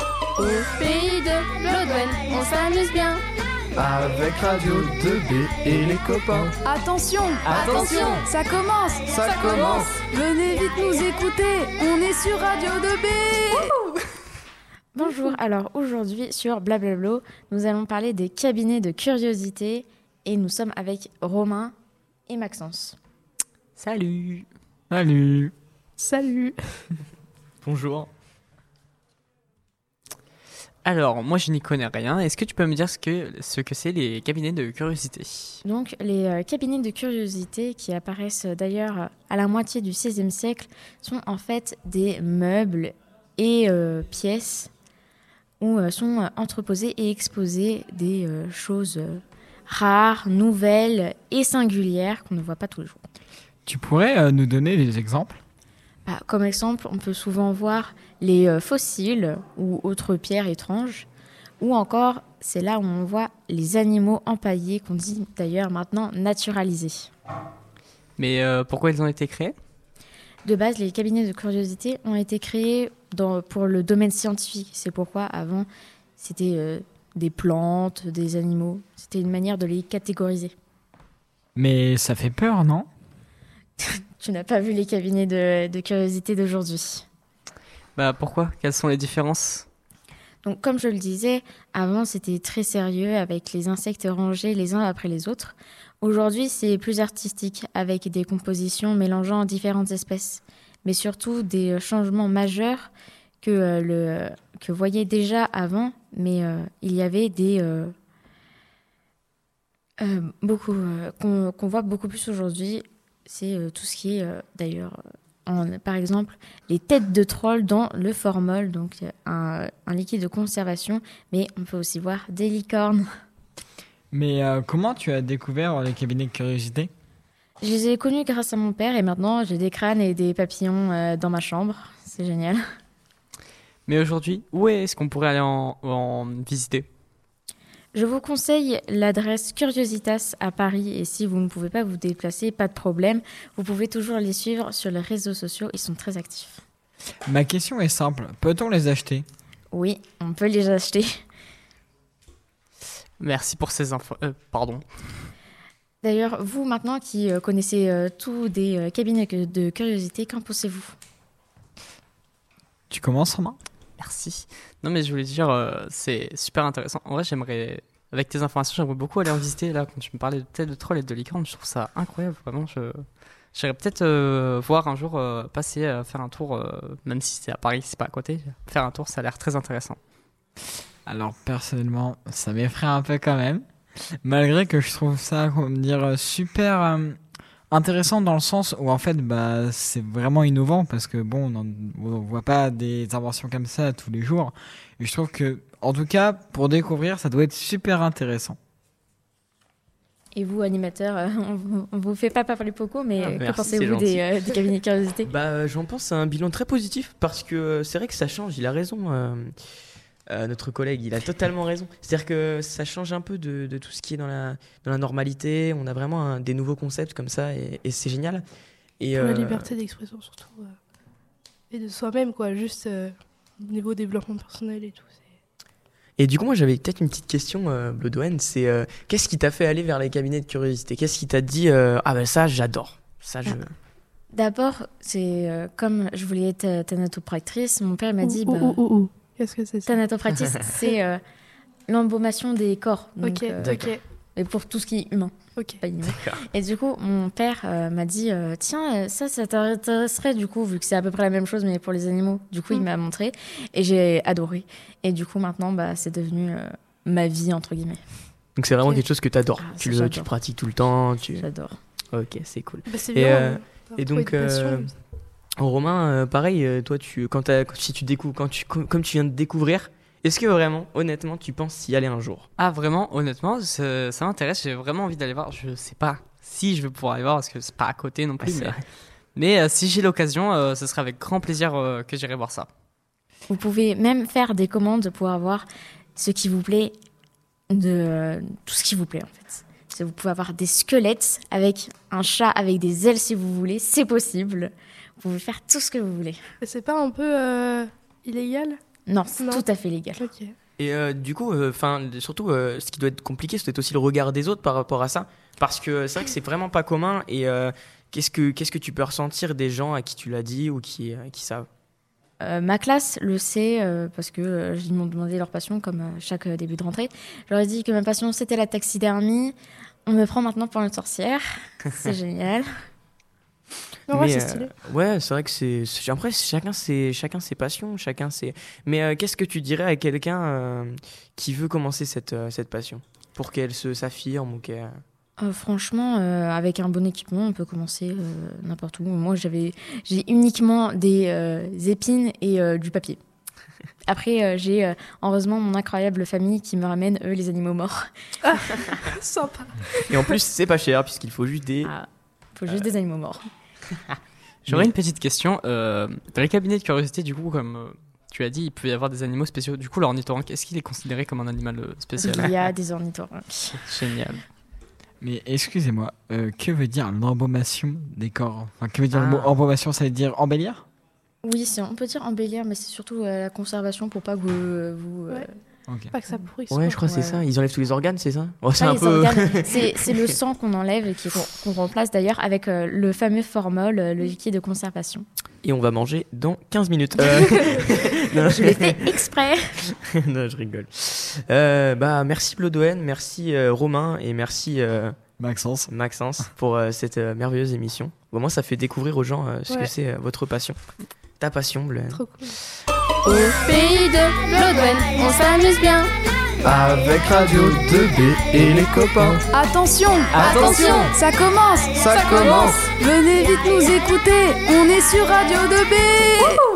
Au pays de Lodwen, on s'amuse bien. Avec Radio 2B et les copains. Attention, Attention, ça commence, ça commence. Venez vite nous écouter, on est sur Radio 2B. Bonjour, alors aujourd'hui sur Blablablo, nous allons parler des cabinets de curiosité et nous sommes avec Romain et Maxence. Salut Salut. Salut. Bonjour. Alors, moi je n'y connais rien. Est-ce que tu peux me dire ce que ce que c'est les cabinets de curiosité Donc les euh, cabinets de curiosité qui apparaissent euh, d'ailleurs à la moitié du XVIe siècle sont en fait des meubles et euh, pièces où euh, sont euh, entreposées et exposées des euh, choses euh, rares, nouvelles et singulières qu'on ne voit pas tous les jours. Tu pourrais euh, nous donner des exemples Bah, comme exemple, on peut souvent voir les euh, fossiles ou autres pierres étranges, ou encore, c'est là où on voit les animaux empaillés qu'on dit d'ailleurs maintenant naturalisés. Mais euh, pourquoi ils ont été créés De base, les cabinets de curiosité ont été créés dans- pour le domaine scientifique. C'est pourquoi avant, c'était euh, des plantes, des animaux. C'était une manière de les catégoriser. Mais ça fait peur, non Tu n'as pas vu les cabinets de, de curiosité d'aujourd'hui. Bah pourquoi Quelles sont les différences Donc, comme je le disais, avant, c'était très sérieux avec les insectes rangés les uns après les autres. Aujourd'hui, c'est plus artistique avec des compositions mélangeant différentes espèces, mais surtout des euh, changements majeurs que, euh, le, que voyait déjà avant, mais euh, il y avait des. euh, euh, beaucoup euh, qu'on qu'on voit beaucoup plus aujourd'hui, c'est euh, tout ce qui est euh, d'ailleurs, en- par exemple, les têtes de troll dans le formol, donc euh, un, un liquide de conservation, mais on peut aussi voir des licornes. Mais euh, comment tu as découvert euh, les cabinets de curiosité Je les ai connus grâce à mon père et maintenant j'ai des crânes et des papillons euh, dans ma chambre. C'est génial. Mais aujourd'hui, où est-ce qu'on pourrait aller en, en visiter Je vous conseille l'adresse Curiositas à Paris et si vous ne pouvez pas vous déplacer, pas de problème. Vous pouvez toujours les suivre sur les réseaux sociaux, ils sont très actifs. Ma question est simple, peut-on les acheter Oui, on peut les acheter. Merci pour ces infos. euh, pardon. D'ailleurs, vous maintenant qui euh, connaissez euh, tous des euh, cabinets que- de curiosité, qu'en pensez-vous Tu commences, Romain Merci. Non mais je voulais dire, euh, c'est super intéressant. En vrai, j'aimerais, avec tes informations, j'aimerais beaucoup aller en visiter. Là, quand tu me parlais de tête de troll et de licorne, je trouve ça incroyable. Vraiment, je... J'irais peut-être euh, voir un jour euh, passer, euh, faire un tour, euh, même si c'est à Paris, c'est pas à côté. Faire un tour, ça a l'air très intéressant. Alors, personnellement, ça m'effraie un peu quand même. Malgré que je trouve ça, comment dire, euh, super euh, intéressant dans le sens où, en fait, bah, c'est vraiment innovant parce que, bon, on ne voit pas des inventions comme ça tous les jours. Et je trouve que, en tout cas, pour découvrir, ça doit être super intéressant. Et vous, animateurs, euh, on vous- on vous fait pas parler pocos, mais Ah, euh, que merci, pensez-vous c'est des, euh, des cabinets de curiosité Bah, euh, j'en pense à un bilan très positif parce que euh, c'est vrai que ça change. Il a raison, euh, euh, notre collègue. Il a totalement raison. C'est-à-dire que ça change un peu de, de tout ce qui est dans la, dans la normalité. On a vraiment un- des nouveaux concepts comme ça et, et c'est génial. Et Pour euh, la liberté d'expression surtout. euh, et de soi-même, quoi. Juste euh, niveau développement personnel et tout. c'est- Et du coup, moi, j'avais peut-être une petite question, euh, Bloodwen. C'est euh, qu'est-ce qui t'a fait aller vers les cabinets de curiosité Qu'est-ce qui t'a dit euh, Ah ben ça, j'adore. Ça, Ah. je. D'abord, c'est euh, comme je voulais être euh, thanatopractrice, mon père m'a dit Ouh, bah, ouh, ouh, ouh. Qu'est-ce que c'est ça thanatopractice, c'est euh, l'embaumation des corps. Donc, Ok, euh, ok, et pour tout ce qui est humain. ok. pas inhumain. Et du coup, mon père euh, m'a dit euh, Tiens, euh, ça, ça t'intéresserait, du coup, vu que c'est à peu près la même chose, mais pour les animaux. Du coup, il Mm. m'a montré et j'ai adoré. Et du coup, maintenant, bah, c'est devenu euh, ma vie, entre guillemets. Donc c'est vraiment Ok. quelque chose que t'adores. Ah, ça, tu le, j'adore. tu le pratiques tout le temps. Tu... J'adore. Ok, c'est cool. Bah, c'est Et, bien. euh, hein, t'as et retrouvé donc, une passion, euh, comme ça. Romain, euh, pareil, euh, toi, tu, quand t'as- quand- si tu découvres, quand tu, com- comme tu viens de découvrir, est-ce que vraiment, honnêtement, tu penses y aller un jour Ah vraiment, honnêtement, ça, ça m'intéresse, j'ai vraiment envie d'aller voir. Je sais pas si je vais pouvoir aller voir parce que c'est pas à côté non plus. c'est mais vrai. mais, euh, si j'ai l'occasion, euh, ce sera avec grand plaisir euh, que j'irai voir ça. Vous pouvez même faire des commandes pour avoir ce qui vous plaît, de euh, tout ce qui vous plaît en fait. Parce que Vous pouvez avoir des squelettes avec un chat avec des ailes si vous voulez, c'est possible. Vous pouvez faire tout ce que vous voulez. Mais C'est pas un peu euh, illégal Non, c'est Non. tout à fait légal. Ok. Et euh, du coup, enfin, surtout, euh, ce qui doit être compliqué, c'est peut-être aussi le regard des autres par rapport à ça, parce que euh, c'est vrai que c'est vraiment pas commun. Et euh, qu'est-ce que qu'est-ce que tu peux ressentir des gens à qui tu l'as dit ou qui euh, qui savent Euh, ma classe le sait euh, parce que euh, ils m'ont demandé leur passion comme euh, chaque euh, début de rentrée. Je leur ai dit que ma passion c'était la taxidermie. On me prend maintenant pour une sorcière. C'est génial. Non, ouais, Mais, c'est euh, stylé. ouais, c'est vrai que c'est. c'est- Après, c'est- chacun ses, chacun ses passions, chacun ses. Mais euh, qu'est-ce que tu dirais à quelqu'un euh, qui veut commencer cette, euh, cette passion Pour qu'elle se s'affirme ou qu'elle. Euh, franchement, euh, avec un bon équipement, on peut commencer euh, n'importe où. Moi, j'avais, j'ai uniquement des euh, épines et euh, du papier. Après, euh, j'ai euh, heureusement mon incroyable famille qui me ramène eux les animaux morts. Sympa. Et en plus, c'est pas cher, puisqu'il faut juste des. Ah, faut juste Euh, des animaux morts. J'aurais Mais- une petite question. euh, dans les cabinets de curiosité, du coup, comme euh, tu as dit, il peut y avoir des animaux spéciaux. Du coup, l'ornithorynque, est-ce qu'il est considéré comme un animal euh, Il spécial y a des ornithorynques. Génial. Mais excusez-moi, euh, que veut dire l'embaumation des corps Enfin, que veut dire le mot Ah. embaumation Ça veut dire embellir Oui, c'est- on peut dire embellir, mais c'est surtout euh, la conservation pour pas que vous, vous, euh, Ouais. Ok. Pas que ça pourrisse. Ouais, je crois que c'est Ah, Ouais. ça. Ils enlèvent tous les organes, c'est ça Oh, C'est pas un les peu. organes. C'est c'est le sang qu'on enlève et qui- qu'on qu'on remplace d'ailleurs avec euh, le fameux formol, euh, le liquide de conservation. Et on va manger dans 15 minutes. Euh, non, Je l'ai fait exprès. non, je rigole. Euh, bah, merci Blodoen, merci euh, Romain et merci euh, Maxence. Maxence pour euh, cette euh, merveilleuse émission. Au moins, ça fait découvrir aux gens euh, ce que Ouais. c'est euh, votre passion. Ta passion, Blodoen. Trop cool. Au pays de Blodwen, on s'amuse bien. Avec Radio 2B et les copains. Attention, Attention, ça commence Ça commence Venez vite nous écouter, on est sur Radio 2B